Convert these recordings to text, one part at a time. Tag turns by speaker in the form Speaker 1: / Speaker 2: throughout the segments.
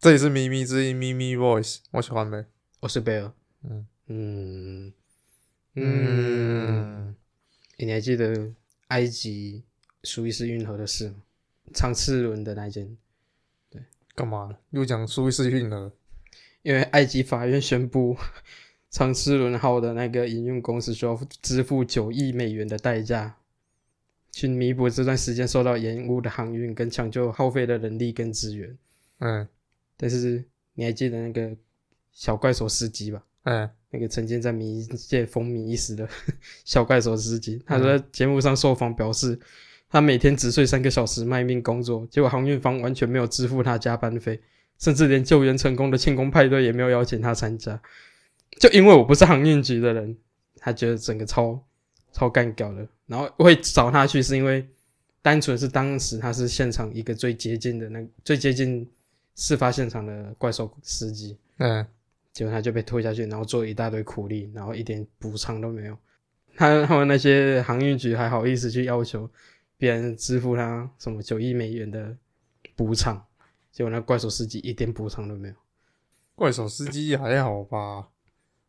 Speaker 1: 这里是咪咪之音咪咪 Voice，我喜欢呗。
Speaker 2: 我是贝尔。
Speaker 1: 嗯
Speaker 2: 嗯嗯、诶你还记得埃及苏伊士运河的事吗？唱次轮的那一件，
Speaker 1: 干嘛？又讲苏伊士运河？
Speaker 2: 因为埃及法院宣布，长次轮号的那个营运公司需要支付九亿美元的代价，去弥补这段时间受到延误的航运跟抢救耗费的人力跟资源。
Speaker 1: 嗯
Speaker 2: 但是你还记得那个小怪兽司机吧？
Speaker 1: 嗯
Speaker 2: 那个曾经在迷界风靡一时的 小怪兽司机，他在节目上受访表示，他每天只睡三个小时卖命工作，结果航运方完全没有支付他加班费，甚至连救援成功的庆功派对也没有邀请他参加。就因为我不是航运局的人，他觉得整个超超干掉的。然后会找他去，是因为单纯是当时他是现场一个最接近的那最接近事发现场的怪兽司机。
Speaker 1: 嗯，
Speaker 2: 结果他就被拖下去，然后做一大堆苦力，然后一点补偿都没有。他他们那些航运局还好意思去要求别人支付他什么九亿美元的补偿，结果那怪兽司机一点补偿都没有。
Speaker 1: 怪手司机还好吧？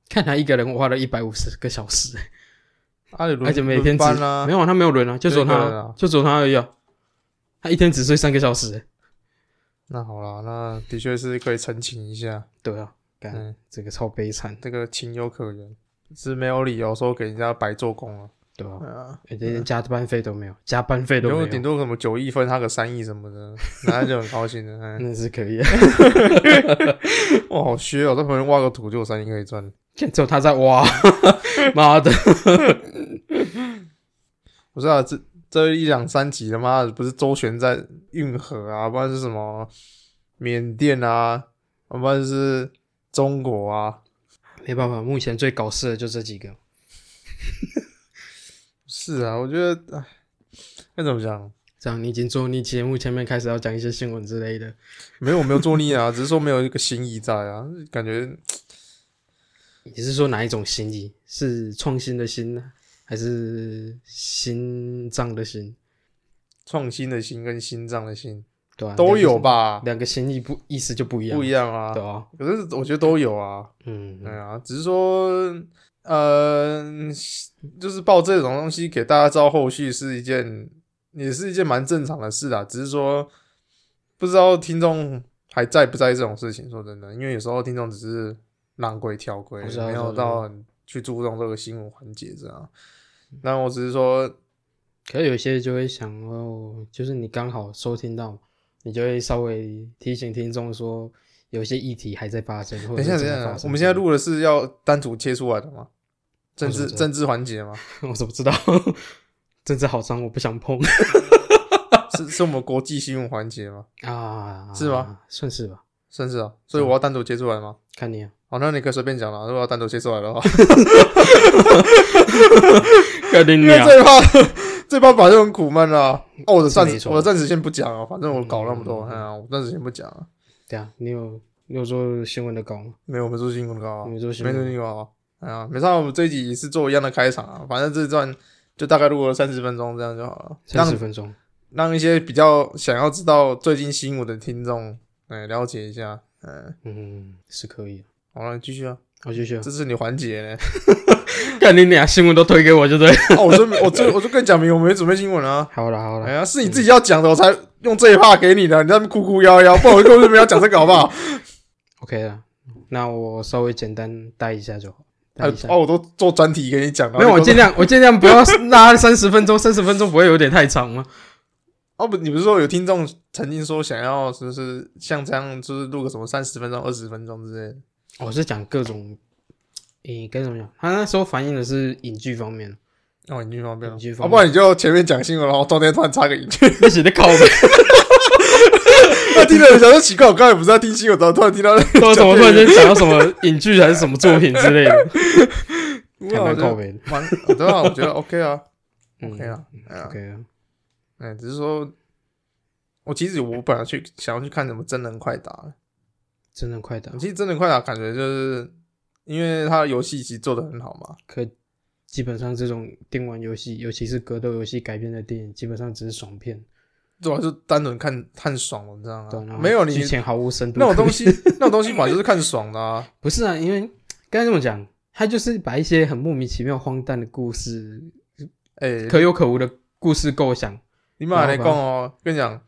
Speaker 2: 看他一个人花了一百五十个小时，
Speaker 1: 阿啊里轮
Speaker 2: 而且每天
Speaker 1: 轮
Speaker 2: 只、
Speaker 1: 班啦
Speaker 2: 没，有啊他没有轮啊，就只有他
Speaker 1: 就一个人啊
Speaker 2: 就只有他而已啊。他一天只睡三个小时，
Speaker 1: 那好啦，那的确是可以澄清一下，
Speaker 2: 对啊，干、
Speaker 1: 嗯，
Speaker 2: 这个超悲惨，
Speaker 1: 这个情有可原，是没有理由说给人家白做工了。
Speaker 2: 对啊，
Speaker 1: 啊，
Speaker 2: 而且连加班费都没有，加班费都没
Speaker 1: 就
Speaker 2: 有，
Speaker 1: 顶多什么九亿分他个三亿什么 的，那他就很高兴了。嗯
Speaker 2: 那是可以的。啊
Speaker 1: 哇，好虚哦，在旁边挖个土就有三亿可以赚。
Speaker 2: 看只有他在 挖，妈的！
Speaker 1: 不是啊，这这一两三集他妈的不是周旋在运河啊，不然是什么缅甸啊，不然是中国啊，
Speaker 2: 没办法，目前最搞事的就这几个。
Speaker 1: 是啊，我觉得，哎，那怎么讲？
Speaker 2: 这样，你已经做你节目前面开始要讲一些新闻之类的，
Speaker 1: 没有，我没有做腻啊， 只是说没有一个新意在啊，感觉
Speaker 2: 你是说哪一种新意？是创新的新呢，还是心脏的心？
Speaker 1: 创新的新跟心脏的心
Speaker 2: 对啊，
Speaker 1: 都有？吧，
Speaker 2: 两个心意不意思就不一样，
Speaker 1: 不一样啊。
Speaker 2: 对啊，
Speaker 1: 可是我觉得都有啊，
Speaker 2: 嗯，
Speaker 1: 对啊，只是说，呃，就是报这种东西给大家知道后续是一件，也是一件蛮正常的事啦。只是说，不知道听众还在不在意这种事情。说真的，因为有时候听众只是浪鬼跳鬼，
Speaker 2: 我知道
Speaker 1: 没
Speaker 2: 我
Speaker 1: 有
Speaker 2: 知道嗯
Speaker 1: 到很去注重这个新闻环节这样。那我只是说，
Speaker 2: 可是有些就会想哦，就是你刚好收听到，你就会稍微提醒听众说，有些议题还在发生，
Speaker 1: 等
Speaker 2: 或者
Speaker 1: 一下，等
Speaker 2: 是正
Speaker 1: 一
Speaker 2: 在
Speaker 1: 下
Speaker 2: 发，
Speaker 1: 我
Speaker 2: 生
Speaker 1: 们现在，录的是要单独切出来的吗？政
Speaker 2: 我怎
Speaker 1: 治
Speaker 2: 哦么知道
Speaker 1: 政治环节吗？
Speaker 2: 我怎么知道？政治好脏，我不想碰。
Speaker 1: 是是我们国际新闻环节吗？
Speaker 2: 啊，
Speaker 1: 是吗？
Speaker 2: 算是吧，
Speaker 1: 甚至啊，所以我要单独切出来吗？
Speaker 2: 看你啊，
Speaker 1: 好，哦那你可以随便讲了。如果要单独切出来的话，
Speaker 2: 啊看啊你
Speaker 1: 因为这一 趴这一趴本来就很苦闷啦。哦，我的暂
Speaker 2: 没
Speaker 1: 时
Speaker 2: 错
Speaker 1: 我的暂时先不讲啊，反正我搞那么多，
Speaker 2: 嗯
Speaker 1: 哎呀，我暂时先不讲啊。
Speaker 2: 对啊，你有你有做新闻的稿吗？
Speaker 1: 没有，我们做新广告啊，
Speaker 2: 你
Speaker 1: 没
Speaker 2: 们嗯做新
Speaker 1: 做
Speaker 2: 闻
Speaker 1: 新广告。哎呀，没上我们这一集也是做一样的开场啊，反正这段就大概录了三十分钟这样就好了，
Speaker 2: 三十
Speaker 1: 让
Speaker 2: 分钟，
Speaker 1: 让一些比较想要知道最近新闻的听众，哎，了解一下。嗯，
Speaker 2: 嗯，是可以的。
Speaker 1: 好了，你继续啊，
Speaker 2: 我继续啊，
Speaker 1: 这是你环节呢。
Speaker 2: 看你俩新闻都推给我就对。
Speaker 1: 哦，我就没我就我就跟你讲明，我没准备新闻啊。
Speaker 2: 好了好了，
Speaker 1: 哎呀，是你自己要讲的，我才用这一趴给你的。你在那边哭哭 摇摇，不然我根本就没有讲这个，好不好？
Speaker 2: OK 了，那我稍微简单带一下就好，带
Speaker 1: 哎
Speaker 2: 一下。
Speaker 1: 哦，我都做专题给你讲了。
Speaker 2: 呃没有，我
Speaker 1: 今
Speaker 2: 尽量我尽量 不要拉三十分钟，三十分钟不会有点太长吗？
Speaker 1: 哦不，你不是说有听众曾经说想要就是像这样，就是录个什么三十分钟、二十分钟之类的？
Speaker 2: 哦我是讲各种，诶，该怎么讲？他那时候反映的是影剧方面，
Speaker 1: 哦，你去方便，
Speaker 2: 影剧
Speaker 1: 要、
Speaker 2: 方面
Speaker 1: 不然你就前面讲新闻，然后中间突然插 个影啊剧，
Speaker 2: 那写的靠背，
Speaker 1: 那听的人想说奇怪，我刚才不是在听新闻，怎么突然听到那个
Speaker 2: 不知 道怎么突然间讲到什么影剧还是什么作品之类的，还
Speaker 1: 哇我觉得
Speaker 2: 蛮靠背的。
Speaker 1: 蛮哦对啊，我觉得 OK 啊
Speaker 2: 嗯
Speaker 1: ，OK 啊，哎呀
Speaker 2: OK 啊，
Speaker 1: 哎，只是说，我其实我本来去想要去看什么真人快打的。
Speaker 2: 真的快打，
Speaker 1: 其实真人快打感觉就是因为它的游戏其实做的很好嘛，
Speaker 2: 可基本上这种电玩游戏，尤其是格斗游戏改编的电影，基本上只是爽片，
Speaker 1: 对吧、就单纯看看爽文章
Speaker 2: 对啊然
Speaker 1: 啊，
Speaker 2: 后
Speaker 1: 没有你
Speaker 2: 剧情毫无深度
Speaker 1: 那
Speaker 2: 可言。
Speaker 1: 种东西，那种东西本来就是看爽的啊。
Speaker 2: 不是啊，因为该这么讲，他就是把一些很莫名其妙、荒诞的故事、
Speaker 1: 哎、
Speaker 2: 可有可无的故事构想，
Speaker 1: 你买来
Speaker 2: 然后
Speaker 1: 讲哦，跟你讲，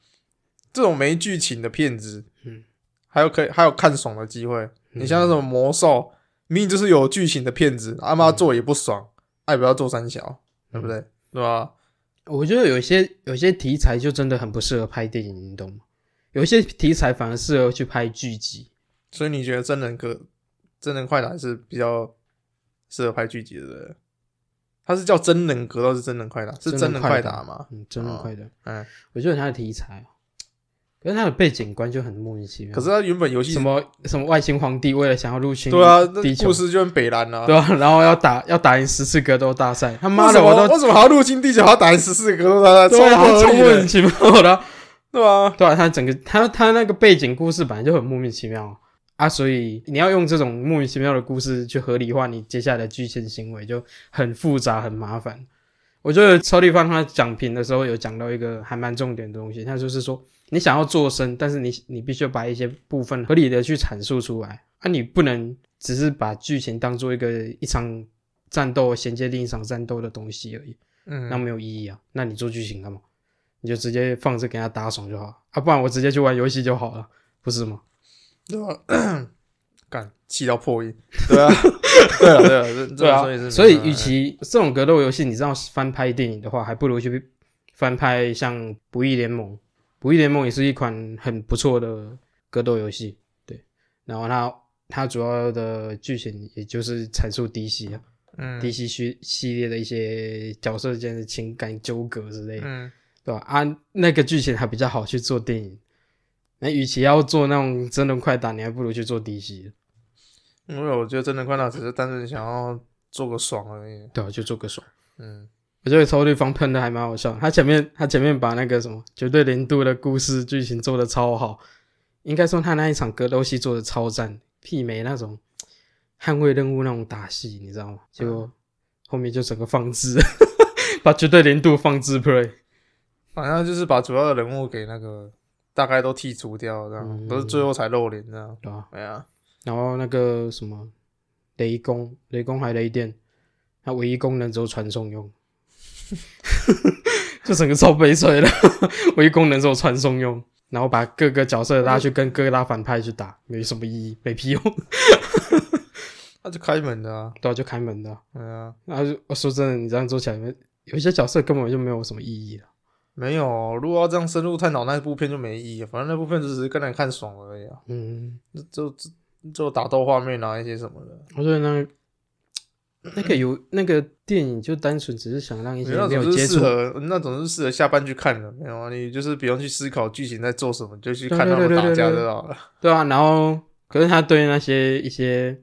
Speaker 1: 这种没剧情的片子，
Speaker 2: 嗯，
Speaker 1: 还有可以还有看爽的机会。你像那种魔兽，明明就是有剧情的片子，阿
Speaker 2: 嗯
Speaker 1: 妈做也不爽，爱不要做三小，对不对？对吧？
Speaker 2: 我觉得有一些有一些题材就真的很不适合拍电影，你懂吗？有一些题材反而适合去拍剧集。
Speaker 1: 所以你觉得真人歌、真人快打是比较适合拍剧集的对不对？它是叫真人格斗，是真人快打，是真人快打吗？
Speaker 2: 嗯，真人快打。
Speaker 1: 嗯，
Speaker 2: 我觉得它的题材，哦可是它的背景观就很莫名其妙。
Speaker 1: 可是它原本游戏
Speaker 2: 什么什么外星皇帝为了想要入侵
Speaker 1: 对啊，那
Speaker 2: 地球
Speaker 1: 故，事就很北蓝啊。
Speaker 2: 对啊，然后要打要打赢十次格斗大赛，他妈
Speaker 1: 为什
Speaker 2: 的
Speaker 1: 么
Speaker 2: 我都
Speaker 1: 为什么还要入侵地球，还要打赢十四个格斗大赛？
Speaker 2: 对啊，
Speaker 1: 超不
Speaker 2: 超
Speaker 1: 合理
Speaker 2: 莫名
Speaker 1: 的，
Speaker 2: 其妙的啊。
Speaker 1: 对吧？
Speaker 2: 对啊，他整个他他那个背景故事本来就很莫名其妙啊，所以你要用这种莫名其妙的故事去合理化你接下来的剧情行为，就很复杂很麻烦。我觉得超立方他讲评的时候有讲到一个还蛮重点的东西，他就是说你想要做深，但是你你必须把一些部分合理的去阐述出来啊，你不能只是把剧情当做一个一场战斗衔接另一场战斗的东西而已。
Speaker 1: 嗯
Speaker 2: 那没有意义啊。那你做剧情干嘛？你就直接放着给他打爽就好了啊，不然我直接去玩游戏就好了，不是吗？
Speaker 1: 对吧？ 干气到破 音，对啊，对啊，对啊，这这么说也是没
Speaker 2: 所以
Speaker 1: 办法
Speaker 2: 与其这种格斗游戏，你这样翻拍电影的话，还不如去翻拍像《不义联盟》。《不义联盟》也是一款很不错的格斗游戏，对。然后它它主要的剧情也就是阐述 DC 啊、
Speaker 1: 嗯
Speaker 2: d c 系系列的一些角色间的情感纠葛之类的。
Speaker 1: 嗯，
Speaker 2: 对吧？啊，那个剧情还比较好去做电影。那与其要做那种真人快打，你还不如去做 DC，
Speaker 1: 因为我觉得真的快乐只是单纯想要做个爽而已，
Speaker 2: 对吧、就做个爽。
Speaker 1: 嗯，
Speaker 2: 我觉得超对方喷的还蛮好笑的，他前面他前面把那个什么绝对零度的故事剧情做的超好，应该说他那一场格斗戏做的超赞，媲美那种捍卫任务那种打戏，你知道吗？结果后面就整个放置， 把绝对零度放置 play。
Speaker 1: 反正就是把主要的人物给那个大概都剔除掉，这样
Speaker 2: 嗯
Speaker 1: 都是最后才露脸这样，
Speaker 2: 对啊
Speaker 1: 哎呀，
Speaker 2: 然后那个什么雷公、雷公还雷电，它唯一功能只有传送用， 就整个超悲催的，唯一功能只有传送用，然后把各个角色拉去跟各大反派去打，没什么意义，没屁用，
Speaker 1: 他就开门的啊，
Speaker 2: 对啊，就开门的。
Speaker 1: 哎呀，
Speaker 2: 然后就我说真的，你这样做起来，有一些角色根本就没有什么意义了。
Speaker 1: 没有，如果要这样深入探讨那部片就没意义，反正那部片就只是跟人看爽而已啊，
Speaker 2: 嗯，
Speaker 1: 就就就打斗画面啊一些什么的，
Speaker 2: 我觉得那个那个有那个电影就单纯只是想让一
Speaker 1: 你
Speaker 2: 些
Speaker 1: 那
Speaker 2: 没
Speaker 1: 种
Speaker 2: 有
Speaker 1: 是
Speaker 2: 接
Speaker 1: 适
Speaker 2: 触
Speaker 1: 合，那种是适合下班去看的，没有啊？你就是不用去思考剧情在做什么，就去
Speaker 2: 对
Speaker 1: 看他们
Speaker 2: 对对
Speaker 1: 打
Speaker 2: 对
Speaker 1: 架
Speaker 2: 对
Speaker 1: 就好了。
Speaker 2: 对啊，然后可是他对那些一些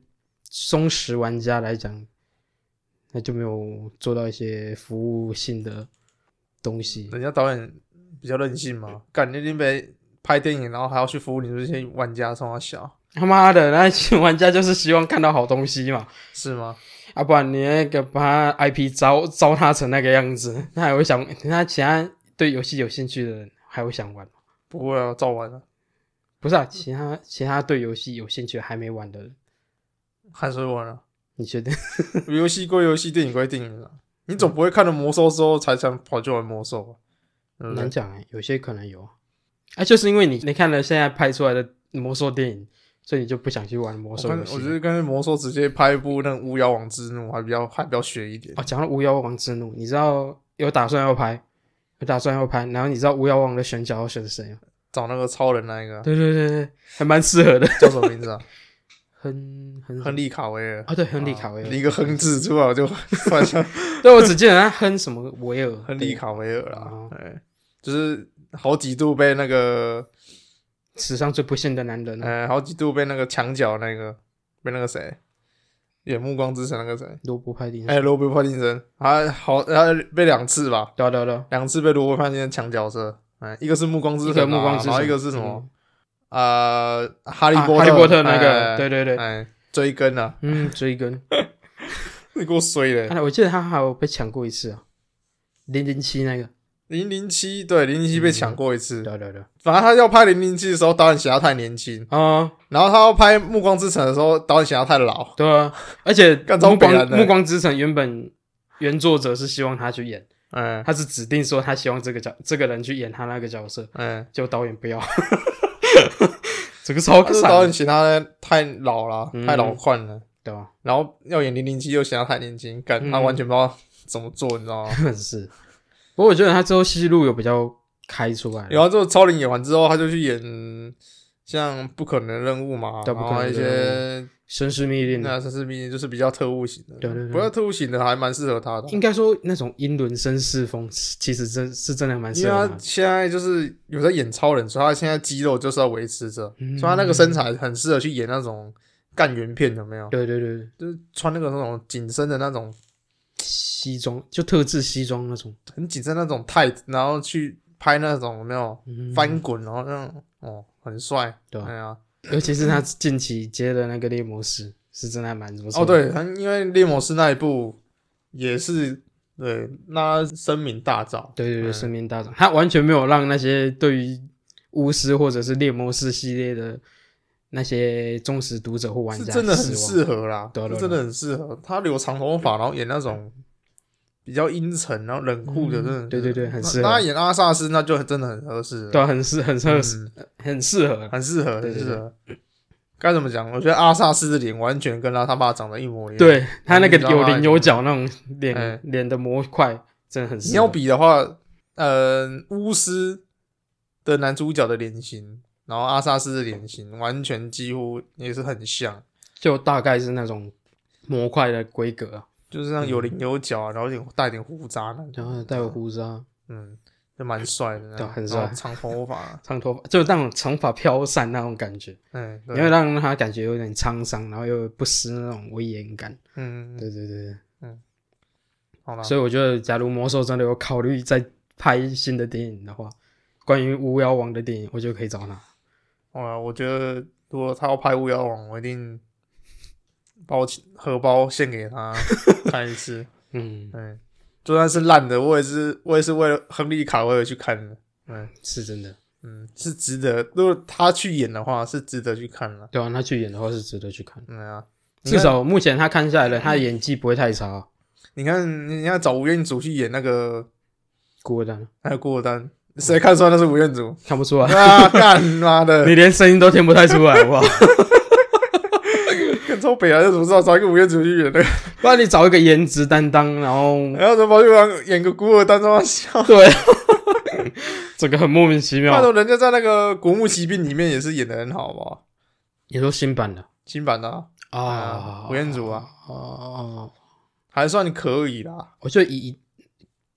Speaker 2: 松弛玩家来讲，那就没有做到一些服务性的东西。
Speaker 1: 人家导演比较任性嘛，干你已经被拍电影，然后还要去服务你这些玩家，冲他小
Speaker 2: 他妈的，那些玩家就是希望看到好东西嘛，
Speaker 1: 是吗？
Speaker 2: 啊，不然你那个把他 IP 糟糟蹋成那个样子，那还会想？那其他对游戏有兴趣的人还会想玩吗？
Speaker 1: 不会啊，照玩啊，
Speaker 2: 不是啊，其他其他对游戏有兴趣还没玩的人，
Speaker 1: 还是会玩啊。
Speaker 2: 你觉得？
Speaker 1: 游戏归游戏，电影归电影啊。你总不会看了魔兽之后才想跑去玩魔兽吧？对不
Speaker 2: 难
Speaker 1: 对？
Speaker 2: 讲哎、有些可能有，啊，就是因为你你看了现在拍出来的魔兽电影，所以你就不想去玩魔
Speaker 1: 我
Speaker 2: 兽
Speaker 1: 看
Speaker 2: 游
Speaker 1: 我
Speaker 2: 戏
Speaker 1: 觉。得干脆魔兽直接拍一部那个《巫妖王之怒》，还比较还比较血一点。
Speaker 2: 哦，讲到巫妖王之怒，你知道有打算要拍，有打算要拍，然后你知道巫妖王的选角要选谁吗？
Speaker 1: 找那个超人那一个啊
Speaker 2: 对对对对，还蛮适合的，
Speaker 1: 叫什么名字 啊？
Speaker 2: 亨亨
Speaker 1: 亨利卡维尔。
Speaker 2: 哦，对，亨利卡维
Speaker 1: 你
Speaker 2: 尔，
Speaker 1: 一个亨字出来我就 幻想
Speaker 2: 对我只记得他亨什么维尔，
Speaker 1: 亨利
Speaker 2: 对
Speaker 1: 卡维尔啦
Speaker 2: 哦，
Speaker 1: 哎，就是好几度被那个，
Speaker 2: 史上最不幸的男人啊，
Speaker 1: 呃，好几度被那个墙角那个，被那个谁，演《暮光之城》那个谁，
Speaker 2: 罗伯派丁森，
Speaker 1: 哎，罗伯·帕丁森，他好，他被两次吧，
Speaker 2: 对啊对啊对啊，
Speaker 1: 两次被罗伯·帕丁森抢角色，哎，一个是《暮光之
Speaker 2: 一
Speaker 1: 城
Speaker 2: 个》
Speaker 1: 啊，
Speaker 2: 暮光之
Speaker 1: 然后
Speaker 2: 城，
Speaker 1: 一个是什
Speaker 2: 嗯
Speaker 1: 么？？呃，哈利
Speaker 2: 啊
Speaker 1: 波
Speaker 2: 哈利波特那
Speaker 1: 哎
Speaker 2: 个，对对对，
Speaker 1: 哎，追根啊，
Speaker 2: 嗯，追根。
Speaker 1: 你给我衰嘞，
Speaker 2: 啊，我记得他还有被抢过一次啊，零零七那个，
Speaker 1: 零零七对零零
Speaker 2: 嗯
Speaker 1: 七被抢过一次，
Speaker 2: 对对对，
Speaker 1: 反正他要拍零零七的时候，导演嫌他太年轻，
Speaker 2: 啊，
Speaker 1: 然后他要拍《暮光之城》的时候，导演嫌他太老。
Speaker 2: 对啊，而且
Speaker 1: 干
Speaker 2: 《
Speaker 1: 超
Speaker 2: 暮
Speaker 1: 北
Speaker 2: 光
Speaker 1: 蓝的
Speaker 2: 暮光之城》原本原作者是希望他去演，
Speaker 1: 嗯
Speaker 2: 他是指定说他希望这个角这个人去演他那个角色，
Speaker 1: 嗯，
Speaker 2: 就导演不要， 这个超
Speaker 1: 他是导
Speaker 2: 傻
Speaker 1: 演，嫌他太老了，
Speaker 2: 嗯
Speaker 1: 太老换了。
Speaker 2: 对啊 吧？
Speaker 1: 然后要演零零七，又嫌他太年轻，干他
Speaker 2: 嗯
Speaker 1: 完全不知道怎么做，你知道吗？
Speaker 2: 是，不过我觉得他之后戏路有比较开出来了，
Speaker 1: 然后之后超龄演完之后，他就去演像《不可能任务》嘛，
Speaker 2: 对
Speaker 1: 然
Speaker 2: 不可能
Speaker 1: 后一
Speaker 2: 任
Speaker 1: 些
Speaker 2: 绅士密令，
Speaker 1: 那绅士兵就是比较特务型的，
Speaker 2: 对对对
Speaker 1: 嗯不过特务型的还蛮适合他的。啊
Speaker 2: 应该说那种英伦绅士风，其实真是真的蛮
Speaker 1: 因
Speaker 2: 适
Speaker 1: 为
Speaker 2: 合
Speaker 1: 他
Speaker 2: 他的。
Speaker 1: 现在就是有在演超人，所以他现在肌肉就是要维持着，
Speaker 2: 嗯
Speaker 1: 所以他那个身材很适合去演那种干员片，有没有？
Speaker 2: 对对对，
Speaker 1: 就是穿那个那种紧身的那种，
Speaker 2: 西装就特制西装那种，
Speaker 1: 很紧身那种 tight，然后去拍那种有没有
Speaker 2: 嗯
Speaker 1: 翻滚，然后那种哦，很帅，
Speaker 2: 对啊
Speaker 1: 哎呀，
Speaker 2: 尤其是他近期接的那个猎魔师，是真的还蛮不错。
Speaker 1: 哦，对，他因为猎魔师那一部也是对，那声名大噪，
Speaker 2: 对对对，
Speaker 1: 嗯
Speaker 2: 生命大涨，他完全没有让那些对于巫师或者是猎魔师系列的那些忠实读者或玩
Speaker 1: 是
Speaker 2: 家
Speaker 1: 真的很
Speaker 2: 失望。
Speaker 1: 适合啦，
Speaker 2: 对啊对啊
Speaker 1: 是真的很适合。他留长头发，然后演那种比较阴沉、然后冷酷的，真
Speaker 2: 嗯
Speaker 1: 的是
Speaker 2: 对对对很
Speaker 1: 那
Speaker 2: 适合
Speaker 1: 那他演阿萨斯，那就真的很合适了，
Speaker 2: 对啊，很适很适合、
Speaker 1: 嗯，
Speaker 2: 很适合。
Speaker 1: 很适合，
Speaker 2: 对
Speaker 1: 很
Speaker 2: 对
Speaker 1: 适
Speaker 2: 对
Speaker 1: 合。该怎么讲？我觉得阿萨斯的脸完全跟他他爸长得一模一样。，
Speaker 2: 对他那个
Speaker 1: 你知道
Speaker 2: 有
Speaker 1: 吗
Speaker 2: 棱有角那种
Speaker 1: 哎
Speaker 2: 脸脸的模块，真的很
Speaker 1: 你
Speaker 2: 适合。
Speaker 1: 要比的话，呃，巫师的男主角的脸型，然后阿萨斯的脸型，完全几乎也是很像，
Speaker 2: 就大概是那种模块的规格啊，
Speaker 1: 就是像有棱有角啊，然后有点带点胡渣那
Speaker 2: 然
Speaker 1: 种，
Speaker 2: 后带有胡子啊，
Speaker 1: 嗯，就蛮帅的那
Speaker 2: 对
Speaker 1: 种，
Speaker 2: 很
Speaker 1: 然后
Speaker 2: 帅
Speaker 1: 长头 发，
Speaker 2: 长头发，就那种长发飘散那种感觉，
Speaker 1: 嗯，
Speaker 2: 你
Speaker 1: 对
Speaker 2: 会让他感觉有点沧桑，然后又不失那种威严感。
Speaker 1: 嗯，
Speaker 2: 对对对对。
Speaker 1: 好啦，
Speaker 2: 所以我觉得，假如魔兽真的有考虑再拍新的电影的话，关于巫妖王的电影，我就可以找他。
Speaker 1: 好啦，我觉得如果他要拍《巫妖王》，我一定把我荷包献给 他看一次，
Speaker 2: 嗯，
Speaker 1: 嗯，就算是烂的，我也是我也是为了亨利卡维尔去看的，嗯
Speaker 2: 是真的。
Speaker 1: 嗯，是值得，如果他去演的话，是值得去看了，
Speaker 2: 对啊，他去演的话是值得去看。
Speaker 1: 嗯啊。你
Speaker 2: 至
Speaker 1: 看
Speaker 2: 少目前他看下来了，他的演技不会太差、啊。
Speaker 1: 你看，你看找吴彦祖去演那个
Speaker 2: 孤单
Speaker 1: 那个郭丹，谁看出来那是吴彦祖？
Speaker 2: 啊 看不出来，
Speaker 1: 啊，干妈的！
Speaker 2: 你连声音都听不太出来，好 不好？
Speaker 1: 跟超北啊，这怎么知道找一个五月主去演的？
Speaker 2: 不然你找一个颜值担当，然后
Speaker 1: 然后怎么跑去玩演个孤儿单双笑？
Speaker 2: 对， 这个很莫名其
Speaker 1: 那
Speaker 2: 妙。
Speaker 1: 种人家在那个《古墓奇兵》里面也是演的很好嘛，
Speaker 2: 你说新版的
Speaker 1: 新版的、啊、
Speaker 2: 啊？
Speaker 1: 吴彦祖啊，
Speaker 2: 哦，
Speaker 1: 还算可以啦。
Speaker 2: 我觉得以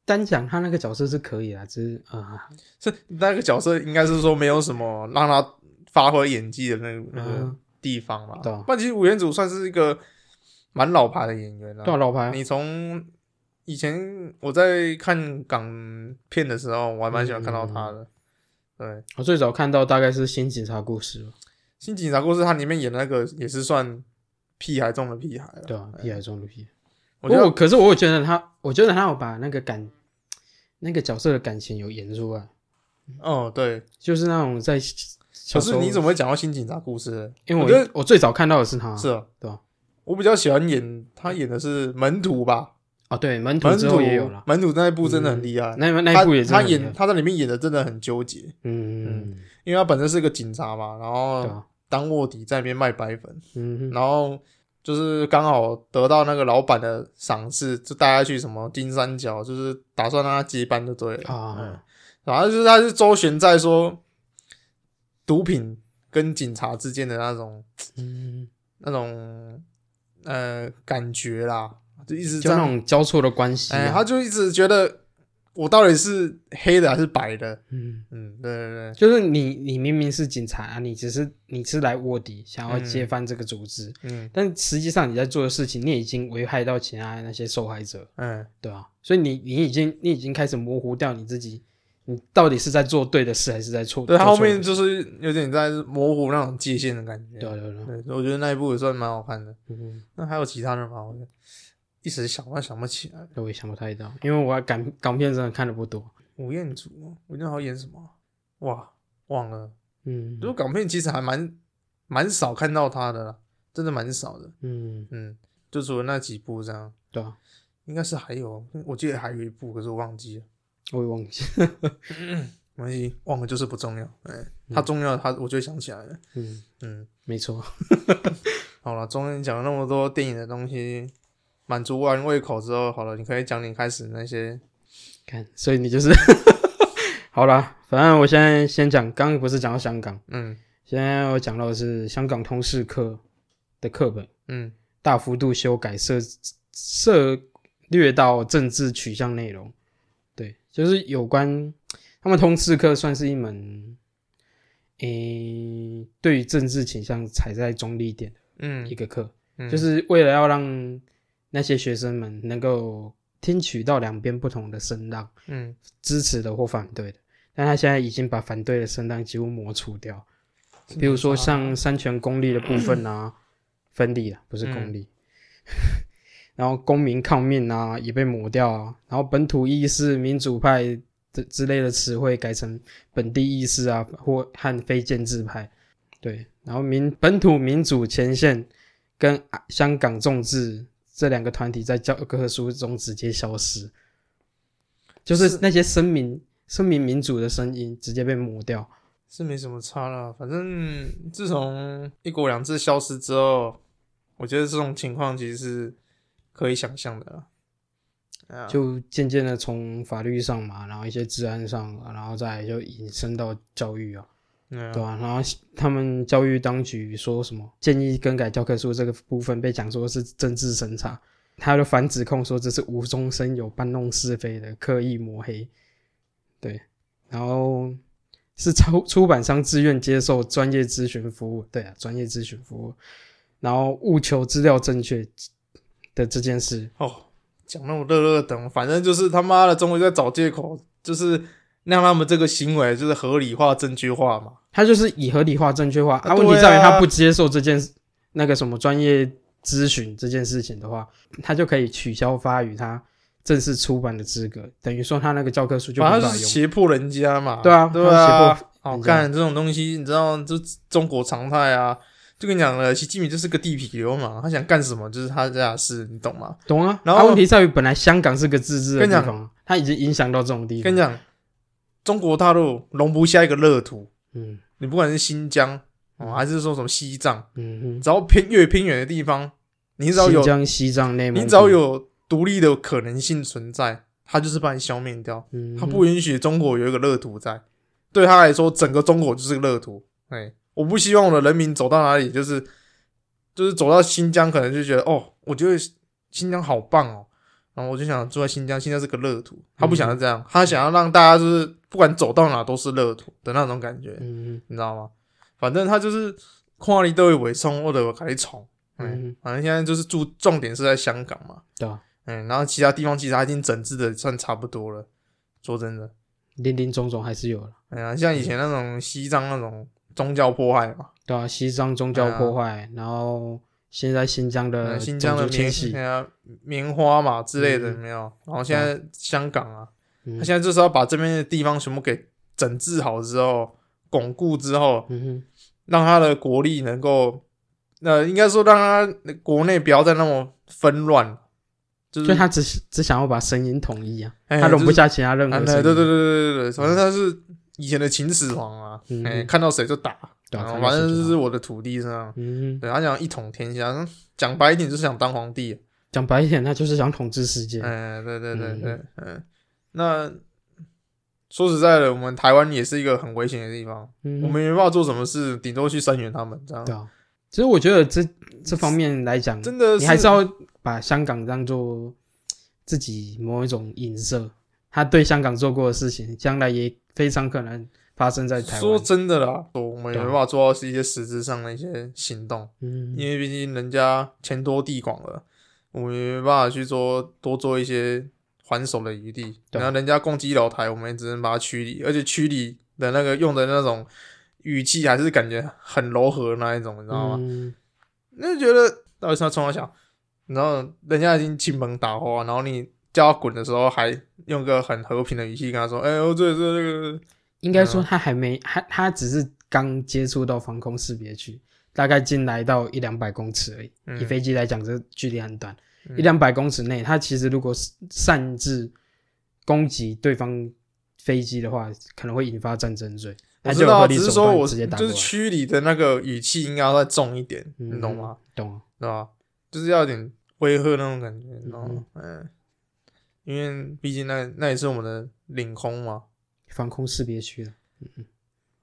Speaker 2: 单讲他那个角色是可以啊，只是啊，
Speaker 1: 是那个角色应该是说没有什么让他发挥演技的那个那个
Speaker 2: 嗯
Speaker 1: 地方嘛。
Speaker 2: 对啊
Speaker 1: 不然其实吴彦祖算是一个蛮老牌的演员了、
Speaker 2: 对啊，老牌啊
Speaker 1: 你从以前我在看港片的时候，我还蛮喜欢看到他的。对，
Speaker 2: 我最早看到大概是《新警察故事》吧，
Speaker 1: 《新警察故事》它里面演的那个也是算屁孩中的屁孩了。
Speaker 2: 对哦啊，屁孩中的屁。
Speaker 1: 我
Speaker 2: 不
Speaker 1: 觉
Speaker 2: 过我
Speaker 1: 得
Speaker 2: 可是我有觉得他，我觉得他有把那个感，那个角色的感情有演出来，
Speaker 1: 哦，对。
Speaker 2: 就是那种在
Speaker 1: 可
Speaker 2: 小时
Speaker 1: 是
Speaker 2: 候。
Speaker 1: 你怎么会讲到《新警察故事
Speaker 2: 因为
Speaker 1: 我
Speaker 2: 我
Speaker 1: 觉得
Speaker 2: 我最早看到的是他，》？
Speaker 1: 是啊，
Speaker 2: 对啊
Speaker 1: 我比较喜欢演他演的是门徒吧，
Speaker 2: 哦，对，门徒
Speaker 1: 门
Speaker 2: 之
Speaker 1: 徒
Speaker 2: 后也有了，
Speaker 1: 门徒那一部真的很厉害。
Speaker 2: 那那
Speaker 1: 他
Speaker 2: 一部也真的
Speaker 1: 他
Speaker 2: 很厉
Speaker 1: 演
Speaker 2: 害
Speaker 1: 他在里面演的真的很纠结，
Speaker 2: 嗯嗯，
Speaker 1: 因为他本身是个警察嘛，然
Speaker 2: 对
Speaker 1: 后
Speaker 2: 啊，
Speaker 1: 当卧底在那边卖白粉，
Speaker 2: 嗯哼
Speaker 1: 然后就是刚好得到那个老板的赏识，就带他去什么金三角，就是打算让他接班就对了。嗯
Speaker 2: 啊，
Speaker 1: 然后就是他是周旋在说毒品跟警察之间的那种
Speaker 2: 嗯，
Speaker 1: 那种呃感觉啦，就一直
Speaker 2: 就
Speaker 1: 在
Speaker 2: 那种交错的关系
Speaker 1: 哎、
Speaker 2: 啊，
Speaker 1: 他就一直觉得我到底是黑的还是白的？
Speaker 2: 嗯，
Speaker 1: 嗯，对对
Speaker 2: 就是你你明明是警察啊，你只是你是来卧底，想
Speaker 1: 嗯
Speaker 2: 要揭翻这个组织，
Speaker 1: 对，嗯
Speaker 2: 但实际上你在做的事情，你已经危害到其他那些受害者，
Speaker 1: 嗯，
Speaker 2: 对啊，所以你你已经你已经开始模糊掉你自己，你到底是在做对的事还是在错？
Speaker 1: 对他
Speaker 2: 做
Speaker 1: 后
Speaker 2: 错的
Speaker 1: 面就是有点在模糊那种界限的感觉。
Speaker 2: 对啊对啊对啊，
Speaker 1: 对，所以我觉得那一部也算蛮好看的。
Speaker 2: 嗯，
Speaker 1: 那还有其他的吗？我一时想，我想不起来。
Speaker 2: 我也想不太到，因为我港港片真的看的不多，
Speaker 1: 吴彦祖哦，吴彦祖好像演什么啊？哇，忘了。
Speaker 2: 嗯
Speaker 1: 如果港片其实还蛮蛮少看到他的啦，真的蛮少的。
Speaker 2: 嗯，
Speaker 1: 嗯，就除了那几部这样，
Speaker 2: 对啊，
Speaker 1: 应该是还有，啊我记得还有一部，可是我忘记了。
Speaker 2: 我也忘记，
Speaker 1: 没关系，忘了就是不重要。哎、他重要的，他我就会想起来了。
Speaker 2: 嗯，
Speaker 1: 嗯，
Speaker 2: 没错，
Speaker 1: 好了，中间讲了那么多电影的东西，满足完胃口之后，好了，你可以讲你开始那些。
Speaker 2: 看，所以你就是 好啦，反正我现在先讲，刚刚不是讲到香港，
Speaker 1: 嗯
Speaker 2: 现在我讲到的是香港通识课的课本
Speaker 1: 嗯
Speaker 2: 大幅度修改涉涉略到政治取向内容，对，就是有关他们通识课算是一门。诶，对于政治倾向踩在中立点的一
Speaker 1: 嗯，
Speaker 2: 个课，
Speaker 1: 嗯
Speaker 2: 就是为了要让那些学生们能够听取到两边不同的声浪，
Speaker 1: 嗯
Speaker 2: 支持的或反对的。但他现在已经把反对的声浪几乎抹除掉，比如说像三权公立的部分啊，分立啊，不是公立。 然后公民抗命啊也被抹掉啊，然后本土意识、民主派之之类的词汇改成本地意识啊或和非建制派，对，然后民本土民主前线跟啊香港众志这两个团体在教科书中直接消失，就是
Speaker 1: 是
Speaker 2: 那些声明声明民主的声音直接被抹掉，
Speaker 1: 是没什么差啦。反正自从“一国两制”消失之后，我觉得这种情况其实是可以想象的啦。啊，
Speaker 2: 就渐渐的从法律上嘛，然后一些治安上，然后再来就引申到教育啊。
Speaker 1: 对
Speaker 2: 对啊，然后他们教育当局说什么建议更改教科书这个部分被讲说是政治审查，他就反指控说这是无中生有、搬弄是非的刻意抹黑。对，然后是出出版商自愿接受专业咨询服务，对啊，专业咨询服务，然后务求资料正确的这件事，
Speaker 1: 哦，讲那种热热等，反正就是他妈的中国在找借口，就是让他们这个行为就是合理化、正确化嘛。
Speaker 2: 他就是以合理化、正确化。啊，
Speaker 1: 啊
Speaker 2: 问题
Speaker 1: 对
Speaker 2: 在于
Speaker 1: 啊
Speaker 2: 他不接受这件事那个什么专业咨询这件事情的话，他就可以取消发予他正式出版的资格，等于说他那个教科书就没
Speaker 1: 反
Speaker 2: 办
Speaker 1: 正
Speaker 2: 法
Speaker 1: 啊就是
Speaker 2: 用。
Speaker 1: 胁迫人家嘛。
Speaker 2: 对啊
Speaker 1: 对
Speaker 2: 他
Speaker 1: 啊
Speaker 2: 胁迫，
Speaker 1: 好
Speaker 2: 人家
Speaker 1: 干这种东西，你知道，就中国常态啊。就跟你讲了，习近平就是个地痞流氓，他想干什么就是他家的事，你懂吗？
Speaker 2: 懂啊？
Speaker 1: 然
Speaker 2: 啊
Speaker 1: 后
Speaker 2: 问题在于本来香港是个自治的
Speaker 1: 跟你
Speaker 2: 地
Speaker 1: 讲
Speaker 2: 方，他已经影响到这种地
Speaker 1: 跟
Speaker 2: 方
Speaker 1: 你。讲，中国大陆容不下一个热土，
Speaker 2: 嗯
Speaker 1: 你不管是新疆哦，还是说什么西藏，
Speaker 2: 嗯
Speaker 1: 只要偏越偏远的地方，你只要
Speaker 2: 哼，
Speaker 1: 有
Speaker 2: 新疆、西藏、内蒙古，
Speaker 1: 你只要有独立的可能性存在，他就是把你消灭掉，
Speaker 2: 嗯哼，
Speaker 1: 他不允许中国有一个热土在。对他来说，整个中国就是个热土。哎，我不希望我的人民走到哪里，就是就是走到新疆，可能就觉得哦，我觉得新疆好棒哦，然后我就想住在新疆，新疆是个热土。他不想要这样，他想要让大家就是不管走到哪都是热土的那种感觉，
Speaker 2: 嗯
Speaker 1: 你知道吗？反正他就是看你都会尾冲，或者我给你冲。
Speaker 2: 嗯
Speaker 1: 嗯
Speaker 2: 哼，
Speaker 1: 反正现在就是住重点是在香港嘛。
Speaker 2: 对啊，
Speaker 1: 嗯，然后其他地方其实它已经整治的算差不多了。说真的，
Speaker 2: 林林总总还是有了。
Speaker 1: 哎呀，像以
Speaker 2: 嗯
Speaker 1: 前那种西藏那种宗教迫害嘛，
Speaker 2: 对啊，西藏宗教
Speaker 1: 对啊
Speaker 2: 破坏，然后现在新疆的
Speaker 1: 嗯新疆的
Speaker 2: 呃种族
Speaker 1: 棉
Speaker 2: 迁徙
Speaker 1: 哎，呀棉花嘛之类的
Speaker 2: 嗯
Speaker 1: 没有，然后现在香港啊，
Speaker 2: 嗯
Speaker 1: 他现在就是要把这边的地方全部给整治好之后，巩固之后，
Speaker 2: 嗯哼，
Speaker 1: 让他的国力能够，呃，应该说让他国内不要再那么纷乱，就是
Speaker 2: 所以他只是只想要把声音统一啊，
Speaker 1: 哎
Speaker 2: 他容
Speaker 1: 就
Speaker 2: 不
Speaker 1: 是
Speaker 2: 下其他任
Speaker 1: 啊，
Speaker 2: 何
Speaker 1: 对
Speaker 2: 声音。
Speaker 1: 对对对对对对，反正他是以前的秦始皇啊，哎、
Speaker 2: 嗯
Speaker 1: 看到谁就打，
Speaker 2: 对啊
Speaker 1: 然后
Speaker 2: 看到
Speaker 1: 反
Speaker 2: 谁
Speaker 1: 正
Speaker 2: 就
Speaker 1: 就
Speaker 2: 打
Speaker 1: 是我的土地上，
Speaker 2: 嗯哼，
Speaker 1: 对他想一统天下，嗯讲白一点就是想当皇帝，啊
Speaker 2: 讲白一点，他就是想统治世界。
Speaker 1: 哎、对对对
Speaker 2: 嗯
Speaker 1: 对，嗯、那说实在的，我们台湾也是一个很危险的地方，
Speaker 2: 嗯哼
Speaker 1: 我们没办法做什么事，顶多去声援他们这样，
Speaker 2: 对啊，其实我觉得这这方面来讲，
Speaker 1: 真的
Speaker 2: 你还是要把香港当做自己某一种影射，他对香港做过的事情，将来也非常可能发生在台
Speaker 1: 说
Speaker 2: 湾。
Speaker 1: 真的啦，我们也
Speaker 2: 对啊
Speaker 1: 没办法做到是一些实质上的一些行动。
Speaker 2: 嗯
Speaker 1: 因为毕竟人家钱多地广了，我们也没办法去做多做一些还手的余地。
Speaker 2: 对
Speaker 1: 然后人家攻击老台，我们也只能把它驱离，而且驱离的那个用的那种语气还是感觉很柔和的那一种，你知道吗？
Speaker 2: 嗯
Speaker 1: 那就觉得到底是要冲他想，然后人家已经亲朋打花，然后你叫他滚的时候，还用个很和平的语气跟他说：“哎、呦，这这这个，
Speaker 2: 应该
Speaker 1: 啊
Speaker 2: 说他还没，他他只是刚接触到防空识别区，大概进来到一两百公尺而已。
Speaker 1: 嗯
Speaker 2: 以飞机来讲，这距离很短，
Speaker 1: 嗯
Speaker 2: 一两百公尺内，他其实如果是擅自攻击对方飞机的话，可能会引发战争罪。
Speaker 1: 我
Speaker 2: 他
Speaker 1: 知
Speaker 2: 就有合
Speaker 1: 道，啊
Speaker 2: 理
Speaker 1: 只是
Speaker 2: 手
Speaker 1: 说
Speaker 2: 段
Speaker 1: 我
Speaker 2: 直接打
Speaker 1: 就是
Speaker 2: 过来
Speaker 1: 区里的那个语气应该要再重一点，
Speaker 2: 嗯
Speaker 1: 你懂吗？
Speaker 2: 懂啊？
Speaker 1: 对吧？就是要有点威吓那种感觉，你知道吗？嗯，因为毕竟那那也是我们的领空嘛。
Speaker 2: 防空识别区啊了。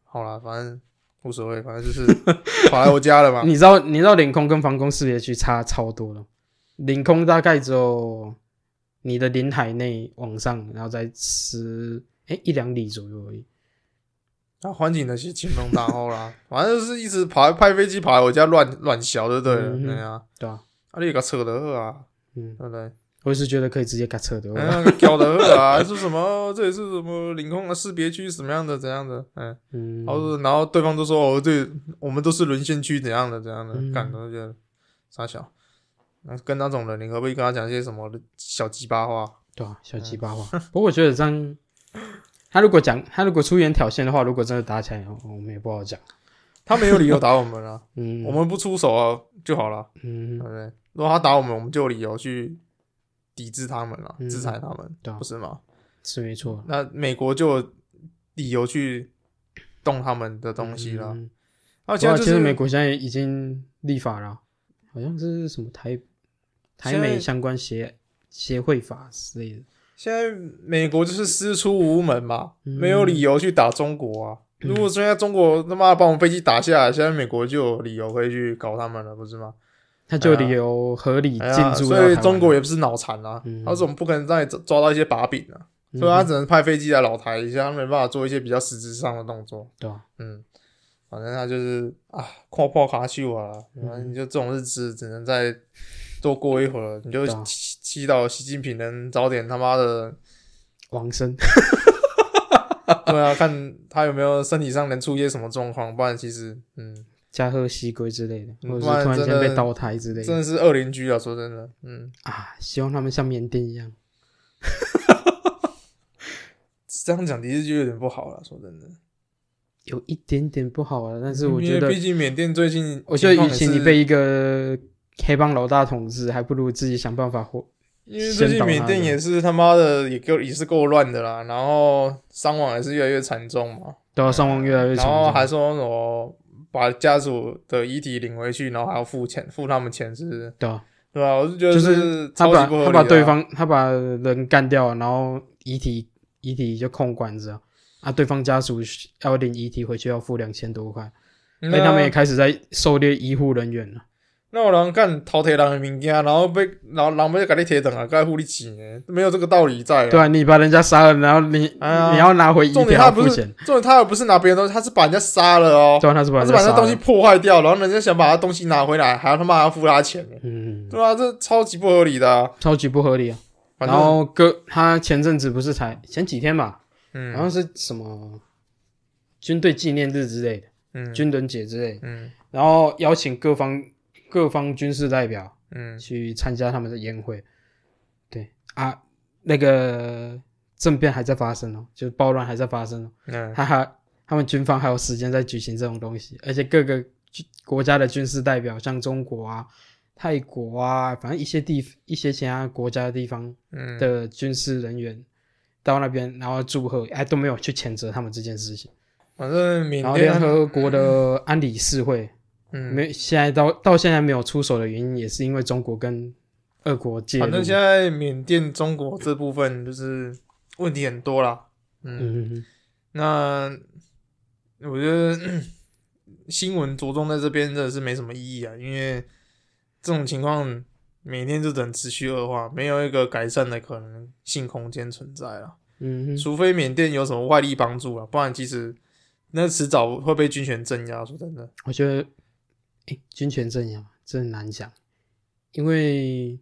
Speaker 1: 好啦，反正无所谓，反正就是 跑来我家了嘛。
Speaker 2: 你知道，你知道领空跟防空识别区差超多了。领空大概只有你的领海内往上，然后再十哎一两里左右而已。
Speaker 1: 那啊欢景的是青龙大后啦，反正就是一直跑来派飞机跑来我家乱乱小就对了，
Speaker 2: 嗯哼
Speaker 1: 对啊，
Speaker 2: 对啊，
Speaker 1: 啊你个扯得喝啊，
Speaker 2: 嗯，
Speaker 1: 对不对？
Speaker 2: 我是觉得可以直接给撤的。
Speaker 1: 嗯，个屌得喝啊，还是什么？这里是什么领空的识别区，什么样的，怎样的？嗯，
Speaker 2: 嗯，
Speaker 1: 然后然后对方都说哦，对，我们都是沦陷区，怎样的，怎样的
Speaker 2: 嗯，
Speaker 1: 干、我就觉得傻小。那跟那种人，你可不可以跟他讲一些什么小鸡巴话？
Speaker 2: 对啊，小鸡巴话。不过我觉得这样，他如果讲，他如果出言挑衅的话，如果真的打起来，哦我我们也不好讲。
Speaker 1: 他没有理由打我们啊，
Speaker 2: 嗯，
Speaker 1: 我们不出手啊就好了，对
Speaker 2: 嗯
Speaker 1: 不，对？如果他打我们，我们就有理由去抵制他们了，
Speaker 2: 嗯
Speaker 1: 制裁他们，
Speaker 2: 对啊
Speaker 1: 不是吗？
Speaker 2: 是没错，
Speaker 1: 那美国就有理由去动他们的东西了。
Speaker 2: 嗯
Speaker 1: 那、
Speaker 2: 对
Speaker 1: 现
Speaker 2: 啊
Speaker 1: 在
Speaker 2: 其
Speaker 1: 就
Speaker 2: 实美
Speaker 1: 是
Speaker 2: 国现在已经立法了，好像是什么台台
Speaker 1: 现
Speaker 2: 美
Speaker 1: 在
Speaker 2: 相关协协会法之类的。
Speaker 1: 现在美国就是师出无门嘛，
Speaker 2: 嗯
Speaker 1: 没有理由去打中国啊。
Speaker 2: 嗯
Speaker 1: 如果现在中国他妈把我们飞机打下来，现在美国就有理由可以去搞他们了，不是吗？
Speaker 2: 他就理由合理
Speaker 1: 哎
Speaker 2: 进
Speaker 1: 呀，
Speaker 2: 驻、
Speaker 1: 所以中国也不是脑残啊
Speaker 2: 嗯，
Speaker 1: 他总不可能让你抓抓到一些把柄啊，所以他只能派飞机来老台一下，他没办法做一些比较实质上的动作。
Speaker 2: 对啊，
Speaker 1: 嗯，反正他就是啊，跨破卡丘啊，
Speaker 2: 嗯
Speaker 1: 反正你就这种日子只能再多过一会儿，你就
Speaker 2: 对啊
Speaker 1: 祈祈祷习近平能早点他妈的，
Speaker 2: 王生，
Speaker 1: 对啊，看他有没有身体上能出一些什么状况，不然其实嗯，
Speaker 2: 加贺西归之类的，
Speaker 1: 嗯不
Speaker 2: 或者是
Speaker 1: 然
Speaker 2: 突然
Speaker 1: 真
Speaker 2: 间
Speaker 1: 的
Speaker 2: 被倒台之类
Speaker 1: 真
Speaker 2: 的
Speaker 1: 的是恶邻居啊，说真的，嗯，
Speaker 2: 啊，希望他们像缅甸一样。
Speaker 1: 这样讲的确就有点不好了，说真的，
Speaker 2: 有一点点不好啊，但是我觉
Speaker 1: 因为
Speaker 2: 得，
Speaker 1: 毕竟嗯缅甸最近，
Speaker 2: 我觉得，与其你被。一个黑帮老大统治，还不如自己想办法活。
Speaker 1: 因为最近缅甸也是他妈的也够也是够乱的啦，然后伤亡也是越来越惨重嘛。
Speaker 2: 对啊，伤亡越来越
Speaker 1: 哎然后
Speaker 2: 重
Speaker 1: 还说什么把家属的遗体领回去，然后还要付钱，付他们钱是，
Speaker 2: 对啊，
Speaker 1: 对吧、我就觉得
Speaker 2: 就是他
Speaker 1: 超
Speaker 2: 把
Speaker 1: 级不合理、啊
Speaker 2: 他把对，方他把人干掉，然后遗体遗体就空管着啊，对方家属要领遗体回去要付两千多块，所
Speaker 1: 那
Speaker 2: 哎以他们也开始在狩猎医护人员了。
Speaker 1: 那有人干偷摕人的物件，然后被然后人要给你摕等啊，该付你钱的，没有这个道理在、啊。
Speaker 2: 对啊，你把人家杀了，然后你、
Speaker 1: 哎呀
Speaker 2: 你要拿回遗
Speaker 1: 重
Speaker 2: 体
Speaker 1: 点他
Speaker 2: 要
Speaker 1: 不
Speaker 2: 付
Speaker 1: 是
Speaker 2: 钱，
Speaker 1: 重点他也不是拿别人东西，他是把人家杀了哦，
Speaker 2: 对啊，他是
Speaker 1: 他
Speaker 2: 把人
Speaker 1: 是
Speaker 2: 家
Speaker 1: 把
Speaker 2: 杀
Speaker 1: 人
Speaker 2: 了。
Speaker 1: 家东西破坏掉，然后人家想把他东西拿回来，还要他妈还要付他钱呢，
Speaker 2: 嗯，
Speaker 1: 对啊，这超级不合理的、啊。
Speaker 2: 超级不合理啊。
Speaker 1: 反
Speaker 2: 然
Speaker 1: 正
Speaker 2: 后哥，他前阵子不是才前几天吧，好
Speaker 1: 嗯
Speaker 2: 像是什么军队纪念日之类的，
Speaker 1: 嗯
Speaker 2: 军人节之类的，
Speaker 1: 嗯
Speaker 2: 然后邀请各方各方军事代表
Speaker 1: 嗯
Speaker 2: 去参加他们的宴会。对啊，那个政变还在发生哦，就是暴乱还在发生哦，
Speaker 1: 嗯，
Speaker 2: 他还他们军方还有时间在举行这种东西，而且各个军国家的军事代表，像中国啊、泰国啊，反正一些地一些其他国家的地方
Speaker 1: 嗯
Speaker 2: 的军事人员到那边，然后祝贺，哎，都没有去谴责他们这件事情。
Speaker 1: 反正缅
Speaker 2: 然后联
Speaker 1: 甸
Speaker 2: 合国的安理事会
Speaker 1: 啊嗯
Speaker 2: 没现在到到现在没有出手的原因，也是因为中国跟俄国介入。
Speaker 1: 反正现在缅甸、中国这部分就是问题很多啦。嗯，
Speaker 2: 嗯，嗯嗯
Speaker 1: 那我觉得 新闻着重在这边真的是没什么意义啊，因为这种情况每天就等持续恶化，没有一个改善的可能性空间存在了。
Speaker 2: 嗯嗯，
Speaker 1: 除非缅甸有什么外力帮助啊，不然其实那迟早会被军权镇压。说真的，
Speaker 2: 我觉得，哎，军权镇压真的难讲，因为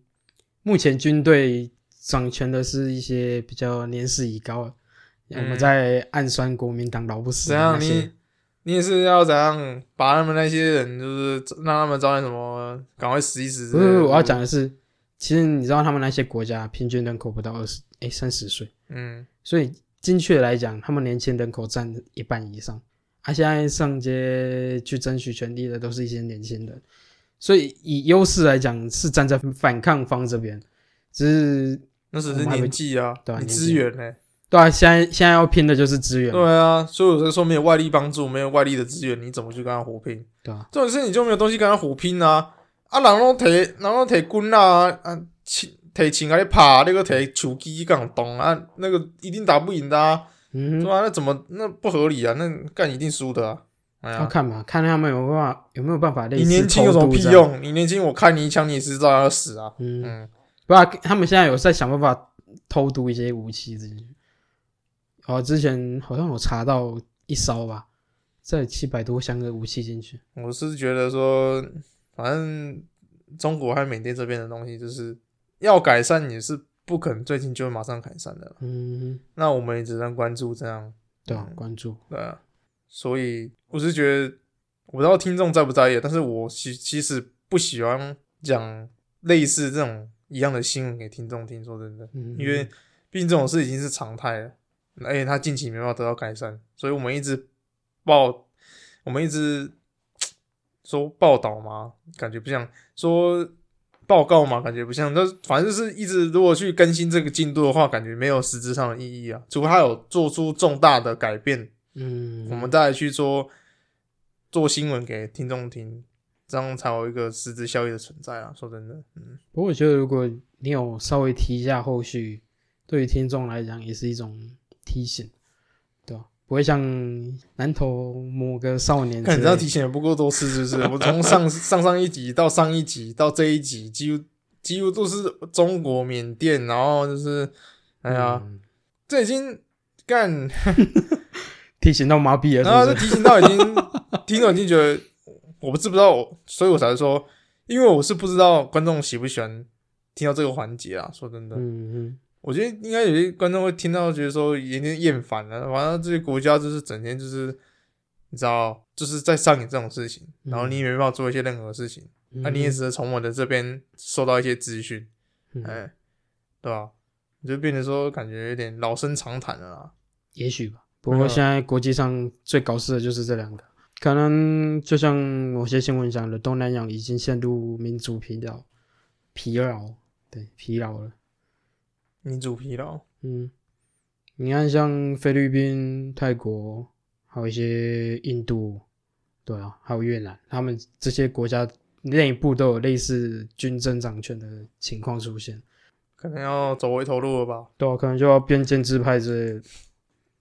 Speaker 2: 目前军队掌权的是一些比较年事已高的，我们
Speaker 1: 嗯
Speaker 2: 在暗算国民党老不死
Speaker 1: 怎
Speaker 2: 的
Speaker 1: 样
Speaker 2: 嗯那些
Speaker 1: 你你也是要怎样把他们那些人，就是让他们找点什么，赶快死一死之
Speaker 2: 不
Speaker 1: 类的。嗯
Speaker 2: 是，不是我要讲的是，其实你知道他们那些国家平均人口不到二十，哎，三十岁，
Speaker 1: 嗯，
Speaker 2: 所以精确来讲，他们年轻人口占一半以上。啊，现在上街去争取权利的都是一些年轻人，所以以优势来讲是站在反抗方这边，只是
Speaker 1: 那只
Speaker 2: 我
Speaker 1: 是
Speaker 2: 们还没
Speaker 1: 年纪啊，
Speaker 2: 对啊
Speaker 1: 你
Speaker 2: 年
Speaker 1: 资
Speaker 2: 纪
Speaker 1: 源呢、
Speaker 2: 对啊，现在现在要拼的就是资源嘛，
Speaker 1: 对啊，所以我才说没有外力帮助，没有外力的资源，你怎么去跟他火拼？
Speaker 2: 对啊，
Speaker 1: 重点是你就没有东西跟他火拼啊！啊，人拢摕，人拢摕棍啊，啊，枪摕枪啊甲你拍，那个摕手机讲动啊，那个一定打不赢的啊，
Speaker 2: 嗯
Speaker 1: 对
Speaker 2: 哼，
Speaker 1: 吧、那怎么那不合理啊？那干一定输的啊！哎
Speaker 2: 要
Speaker 1: 呀，
Speaker 2: 看嘛，看他们有没有办法有没有办法类
Speaker 1: 你
Speaker 2: 似
Speaker 1: 年轻有什
Speaker 2: 偷
Speaker 1: 么
Speaker 2: 渡
Speaker 1: 屁
Speaker 2: 这样？
Speaker 1: 用？你年轻，我开你一枪，你也是照样要死啊！
Speaker 2: 嗯，
Speaker 1: 嗯，
Speaker 2: 不然他们现在有在想办法偷渡一些武器这些。哦，之前好像有查到一艘吧，在七百多箱的武器进去。
Speaker 1: 我是觉得说，反正中国和缅甸这边的东西，就是要改善也是不可能最近就会马上改善的了。
Speaker 2: 嗯，
Speaker 1: 那我们也只能关注这样，
Speaker 2: 对啊，
Speaker 1: 嗯
Speaker 2: 关注。
Speaker 1: 对啊。所以我是觉得，我不知道听众在不在意，但是我其其实不喜欢讲类似这种一样的新闻给听众听，说真的，
Speaker 2: 嗯，
Speaker 1: 因为毕竟这种事已经是常态了，而且它近期没办法得到改善，所以我们一直报，我们一直说报道嘛，感觉不像说报告嘛，感觉不像，但是反正就是一直如果去更新这个进度的话，感觉没有实质上的意义啊，除非它有做出重大的改变，
Speaker 2: 嗯，
Speaker 1: 我们再来去做做新闻给听众听，这样才有一个实质效益的存在啊。说真的，嗯，
Speaker 2: 不过我觉得如果你有稍微提一下后续，对于听众来讲也是一种提醒，对吧、不会像南投某个少年之类
Speaker 1: 看
Speaker 2: 的，
Speaker 1: 你这样提醒也不够多次，是不是？我从 上上上一集到上一集到这一集，几乎几乎都是中国、缅甸，然后就是，哎呀，
Speaker 2: 嗯
Speaker 1: 这已经干，
Speaker 2: 提醒到麻痹
Speaker 1: 然后
Speaker 2: 了，
Speaker 1: 啊这
Speaker 2: 是不是？
Speaker 1: 提醒到已经 听众已经觉得，我不知不知道我，所以我才说，因为我是不知道观众喜不喜欢听到这个环节啊。说真的，
Speaker 2: 嗯嗯，
Speaker 1: 我觉得应该有些观众会听到，觉得说有点厌烦了。完了，这些国家就是整天就是，你知道，就是在上演这种事情，
Speaker 2: 嗯
Speaker 1: 然后你也没办法做一些任何事情，那、啊你也只是从我的这边收到一些资讯，
Speaker 2: 嗯，
Speaker 1: 哎、
Speaker 2: 嗯
Speaker 1: 对吧？你就变得说感觉有点老生常谈了啦。
Speaker 2: 也许吧。不
Speaker 1: 没有
Speaker 2: 过
Speaker 1: 啊
Speaker 2: 现在国际上最搞事的就是这两个，可能就像某些新闻讲的，东南亚已经陷入民主疲劳，疲劳，对，疲劳了。
Speaker 1: 民主疲劳，
Speaker 2: 嗯，你看像菲律宾、泰国，还有一些印度，对啊，还有越南，他们这些国家内部都有类似军政掌权的情况出现，
Speaker 1: 可能要走回头路了吧？
Speaker 2: 对啊，可能就要变建制派之类的。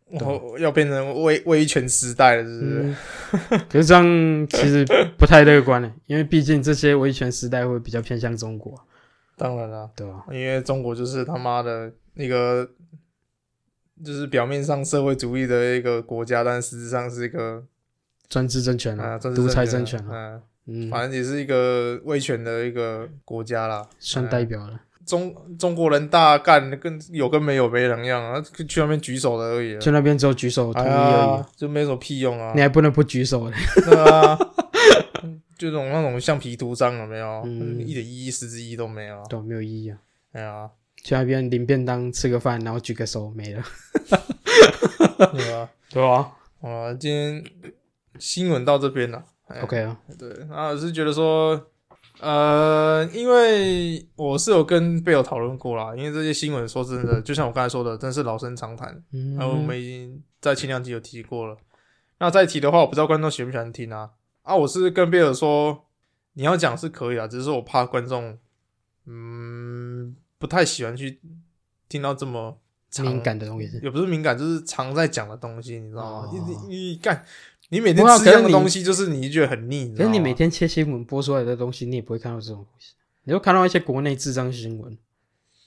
Speaker 1: 我 要变成威威权时代了，是不是？
Speaker 2: 啊嗯， 可是这样其实不太乐观了， 因为毕竟这些威权时代会比较偏向中国，
Speaker 1: 当然啦、
Speaker 2: 对吧、
Speaker 1: 因为中国就是他妈的那个，就是表面上社会主义的一个国家，但实质上是一个
Speaker 2: 专制政权
Speaker 1: 啊，
Speaker 2: 啊，
Speaker 1: 专制
Speaker 2: 独裁政
Speaker 1: 政
Speaker 2: 权
Speaker 1: 啊，
Speaker 2: 啊，
Speaker 1: 嗯，
Speaker 2: 嗯，
Speaker 1: 反正也是一个威权的一个国家啦。
Speaker 2: 算
Speaker 1: 嗯
Speaker 2: 代表了，
Speaker 1: 中中国人大干跟有跟没有没两样啊，去那边举手的而已啊。
Speaker 2: 就那边只有举手同意
Speaker 1: 哎
Speaker 2: 而已
Speaker 1: 呀，，就没什么屁用啊
Speaker 2: 你！还不能不举手嘞。
Speaker 1: 对啊，就这种那种橡皮图章有没有？
Speaker 2: 嗯
Speaker 1: 一点意义、实质意义都没有。
Speaker 2: 对，没有意义啊。
Speaker 1: 哎呀，
Speaker 2: 去那边领便当，吃个饭，然后举个手，没了。
Speaker 1: 对啊，
Speaker 2: 对啊
Speaker 1: 好了，今天新闻到这边了。哎
Speaker 2: ，OK 啊，
Speaker 1: 对，然后我是觉得说，呃，因为我是有跟贝尔讨论过啦，因为这些新闻说真的，就像我刚才说的，真是老生常谈。
Speaker 2: 嗯，
Speaker 1: 然后我们已经在前两集有提过了，那再提的话，我不知道观众喜不喜欢听啊。啊，我是跟贝尔说，你要讲是可以啊，只是说我怕观众，嗯，不太喜欢去听到这么长
Speaker 2: 敏感的东西是，
Speaker 1: 也不是敏感，就是常在讲的东西，你知道吗？
Speaker 2: 哦
Speaker 1: 你你你干，你每天
Speaker 2: 不过啊
Speaker 1: 吃一样
Speaker 2: 可
Speaker 1: 的
Speaker 2: 是你
Speaker 1: 东西，就是你觉得很腻，你知
Speaker 2: 可
Speaker 1: 道
Speaker 2: 是
Speaker 1: 吗？
Speaker 2: 你每天切新闻播出来的东西，你也不会看到这种东西，你就看到一些国内智障新闻，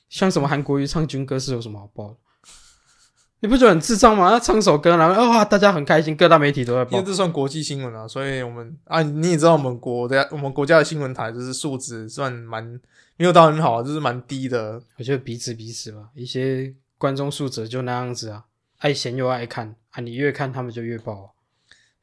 Speaker 2: 像什么韩国瑜唱军歌是有什么好报的？你不觉得很智障吗？他唱首歌，然后哇，大家很开心，各大媒体都在
Speaker 1: 因
Speaker 2: 报
Speaker 1: 为。这算国际新闻啊，所以我们啊，你也知道我们国的我们国家的新闻台就是素质算蛮没有到很好啊，就是蛮低的。
Speaker 2: 我觉得彼此彼此吧，一些观众素质就那样子啊，爱闲又爱看啊，你越看他们就越爆啊、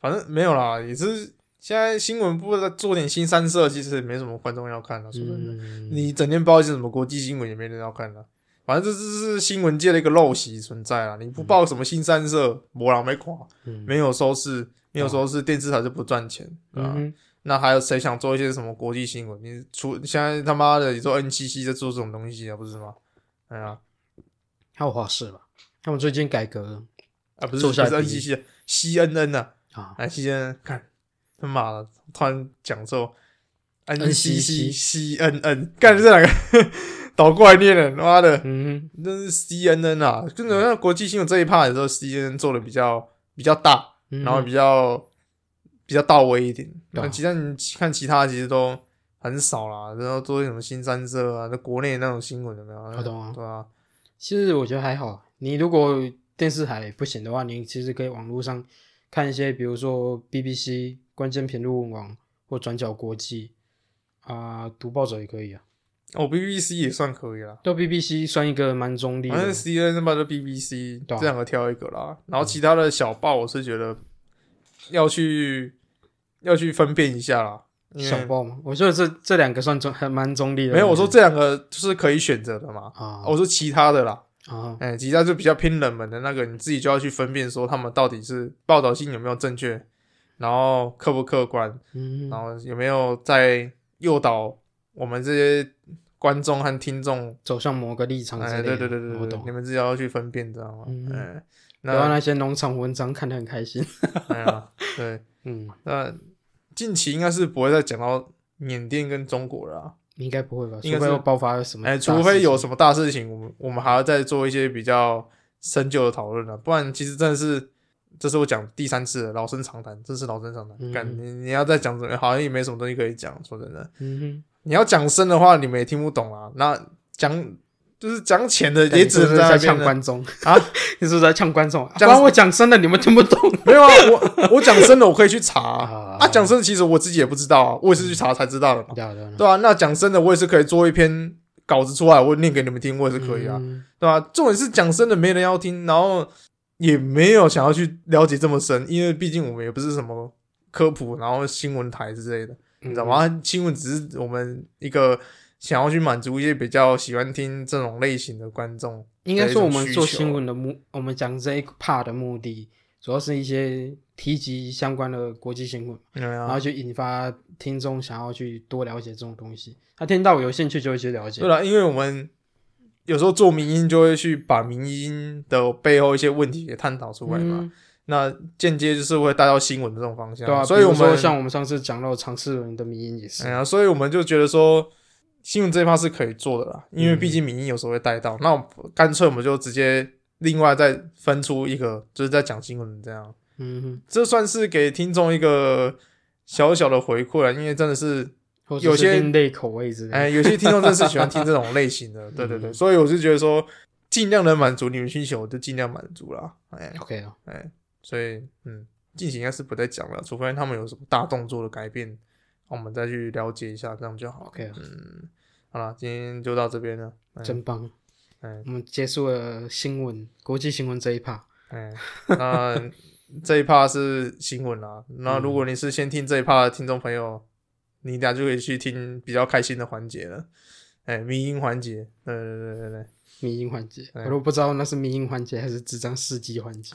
Speaker 1: 反正没有啦，也是现在新闻部在做点新三色，其实也没什么观众要看了。啊说真的，
Speaker 2: 嗯，
Speaker 1: 你整天报一些什么国际新闻，也没人要看了。反正这就是新闻界的一个陋习存在啊！你不报什么新三色，博朗没垮，
Speaker 2: 嗯
Speaker 1: 没啊有收视，没有收视，电视台就不赚钱，对吧、
Speaker 2: 嗯哼
Speaker 1: 那还有谁想做一些什么国际新闻？你除现在他妈的，你做 NCC 在做这种东西啊，不是吗？哎呀，
Speaker 2: 还有华视吧，他们最近改革了
Speaker 1: 啊不是
Speaker 2: 做
Speaker 1: 不是
Speaker 2: 下来第一
Speaker 1: NCC，CNN 呐、啊，
Speaker 2: 啊，
Speaker 1: 哎 CNN 看，他妈的，突然讲错
Speaker 2: NCC
Speaker 1: NCC CNN，干这两个倒过来念了，妈的！
Speaker 2: 嗯
Speaker 1: 那是 CNN 啊，跟着那国际新闻这一趴的时候，CNN 做的比较比较大，
Speaker 2: 嗯哼，
Speaker 1: 然后比较、比较到位一点。
Speaker 2: 对啊
Speaker 1: 那其他你看其他其实都很少啦，然后做些什么新三社啊，那国内那种新闻有没有？
Speaker 2: 我懂啊
Speaker 1: 对啊，
Speaker 2: 其实我觉得还好，啊你如果电视台不行的话，你其实可以网络上看一些，比如说 BBC 关键评论网或转角国际啊、读报者也可以啊。
Speaker 1: 哦，BBC 也算可以啦。
Speaker 2: 对 BBC 算一个蛮中立
Speaker 1: 反正
Speaker 2: 的，
Speaker 1: CNN 吧，就 BBC
Speaker 2: 对啊
Speaker 1: 这两个挑一个啦，然后其他的小报我是觉得要去要去分辨一下啦。因为
Speaker 2: 小报嘛。我觉得这这两个算中还蛮中立的。
Speaker 1: 嗯没有，我说这两个就是可以选择的嘛。
Speaker 2: 啊
Speaker 1: 我说其他的啦，
Speaker 2: 啊，
Speaker 1: 哎、其他就比较偏冷门的那个，你自己就要去分辨说他们到底是报道性有没有正确，然后客不客观，
Speaker 2: 嗯
Speaker 1: 然，后有没有在诱导我们这些观众和听众。
Speaker 2: 走向某个立场之
Speaker 1: 哎，
Speaker 2: 啊类的。
Speaker 1: 对对对对
Speaker 2: 我
Speaker 1: 对，
Speaker 2: 懂
Speaker 1: 你。们自己要去分辨，知道吗？
Speaker 2: 嗯
Speaker 1: 哎，
Speaker 2: 然后
Speaker 1: 那
Speaker 2: 那些农场文章看得很开心。
Speaker 1: 哎呀，对，
Speaker 2: 嗯，
Speaker 1: 那近期应该是不会再讲到缅甸跟中国了啊、
Speaker 2: 应该不会吧？除
Speaker 1: 应该是
Speaker 2: 非又爆发什么
Speaker 1: 哎、
Speaker 2: 大事情？
Speaker 1: 除非有什么大事情，我们我们还要再做一些比较深究的讨论了、啊不然其实真的是，这是我讲第三次了，老生常谈，这是老生常谈。
Speaker 2: 嗯
Speaker 1: 感、你你要再讲什么，好像也没什么东西可以讲。说真的，
Speaker 2: 嗯哼，
Speaker 1: 你要讲深的话，你们也听不懂啊。那讲就是讲浅的，也
Speaker 2: 你
Speaker 1: 只
Speaker 2: 是不
Speaker 1: 能
Speaker 2: 是
Speaker 1: 在那
Speaker 2: 在呛
Speaker 1: 边了
Speaker 2: 观众
Speaker 1: 啊！
Speaker 2: 你是不是在呛观众啊？不
Speaker 1: 讲
Speaker 2: 然我讲深的你们听不懂
Speaker 1: 没有啊，我 我讲深的，我可以去查啊。
Speaker 2: 啊
Speaker 1: 啊讲深的，其实我自己也不知道啊，我也是去查才知道的嘛。
Speaker 2: 对啊对啊，
Speaker 1: 对啊，那讲深的，我也是可以做一篇稿子出来，我念给你们听，我也是可以啊。
Speaker 2: 嗯
Speaker 1: 对吧、重点是讲深的没人要听，然后也没有想要去了解这么深，因为毕竟我们也不是什么科普，然后新闻台之类的，你知道？
Speaker 2: 嗯
Speaker 1: 吗？ 新闻只是我们一个想要去满足一些比较喜欢听这种类型的观众。
Speaker 2: 应该说我们做新闻的目，我们讲这一 part 的目的，主要是一些提及相关的国际新闻，
Speaker 1: 对
Speaker 2: 然
Speaker 1: 啊
Speaker 2: 后，去引发听众想要去多了解这种东西。他听到有兴趣就会去了解
Speaker 1: 对。了、啊因为我们有时候做民音就会去把民音的背后一些问题给探讨出来嘛，
Speaker 2: 嗯，
Speaker 1: 那间接就是会带到新闻的这种方向。
Speaker 2: 对啊，
Speaker 1: 所以我
Speaker 2: 比如说
Speaker 1: 们
Speaker 2: 像我们上次讲到常世文的迷因也是
Speaker 1: 哎，呀，所以我们就觉得说，新闻这一趴是可以做的啦，因为
Speaker 2: 嗯
Speaker 1: 毕竟民意有时候会带到，那我干脆我们就直接另外再分出一个，就是在讲新闻这样，
Speaker 2: 嗯哼，
Speaker 1: 这算是给听众一个小小的回馈了，啊因为真的是，
Speaker 2: 或者
Speaker 1: 有
Speaker 2: 是
Speaker 1: 些
Speaker 2: 另类口味之类的。
Speaker 1: 哎，有些听众真的是喜欢听这种类型 的，对对
Speaker 2: 嗯
Speaker 1: 对，所以我就觉得说，尽量能满足你们需求，我就尽量满足啦，哎，
Speaker 2: OK 哦，
Speaker 1: 所以嗯，近期应该是不再讲了，除非他们有什么大动作的改变，我们再去了解一下，这样就好。
Speaker 2: OK 哦
Speaker 1: 嗯，好了，今天就到这边了。哎
Speaker 2: 真棒！
Speaker 1: 哎
Speaker 2: 我们结束了新闻、国际新闻这一 part。
Speaker 1: 哎， 那这一趴是新闻啦。那如果
Speaker 2: 嗯
Speaker 1: 你是先听这一趴的听众朋友，你俩就可以去听比较开心的环节了。哎，迷音环节，对对对对对，
Speaker 2: 迷音环节，
Speaker 1: 对
Speaker 2: 我都不知道那是迷音环节还是智障司机环节。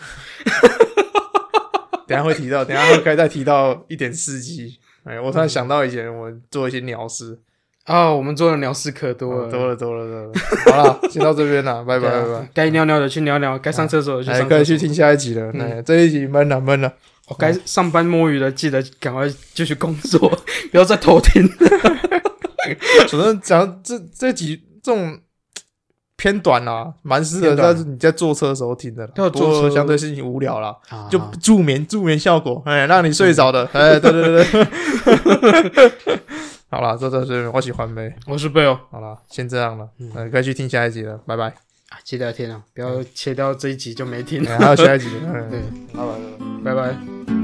Speaker 1: 等一下会提到，等一下会可以再提到一点事迹。哎，我突然想到以前我做一些鸟事，
Speaker 2: 啊、我们做的鸟事可多
Speaker 1: 多了
Speaker 2: 了，
Speaker 1: 哦多了多了多了。 好了，先到这边了，拜
Speaker 2: 对
Speaker 1: 拜
Speaker 2: 啊
Speaker 1: 拜
Speaker 2: 该尿尿的去尿尿，该上厕所的去
Speaker 1: 拜。哎，
Speaker 2: 上
Speaker 1: 可
Speaker 2: 厕
Speaker 1: 以
Speaker 2: 所。
Speaker 1: 去听下一集了。
Speaker 2: 嗯
Speaker 1: 哎，这一集闷了闷了。
Speaker 2: 哦该上班摸鱼的，记得赶快就去工作， 不要再偷听。
Speaker 1: 主要讲这这集这种偏短啊，蛮适合
Speaker 2: 偏短
Speaker 1: 但是你在坐车的时候听的啦，
Speaker 2: 对啊
Speaker 1: 不过
Speaker 2: 坐车
Speaker 1: 相对事情无聊啦，
Speaker 2: 啊
Speaker 1: 就助眠助眠效果，哎，让你睡着 的，哎，对对对对。 好啦，这这这，我哦喜欢呗。
Speaker 2: 我是贝尔
Speaker 1: 好啦，先这样了，嗯，可以去听下一集了，拜 拜。
Speaker 2: 啊，记得听啊，不要切掉这一集就没听了。
Speaker 1: 哎还有下一集，嗯
Speaker 2: 对，
Speaker 1: 拜拜。
Speaker 2: 拜拜。
Speaker 1: 拜拜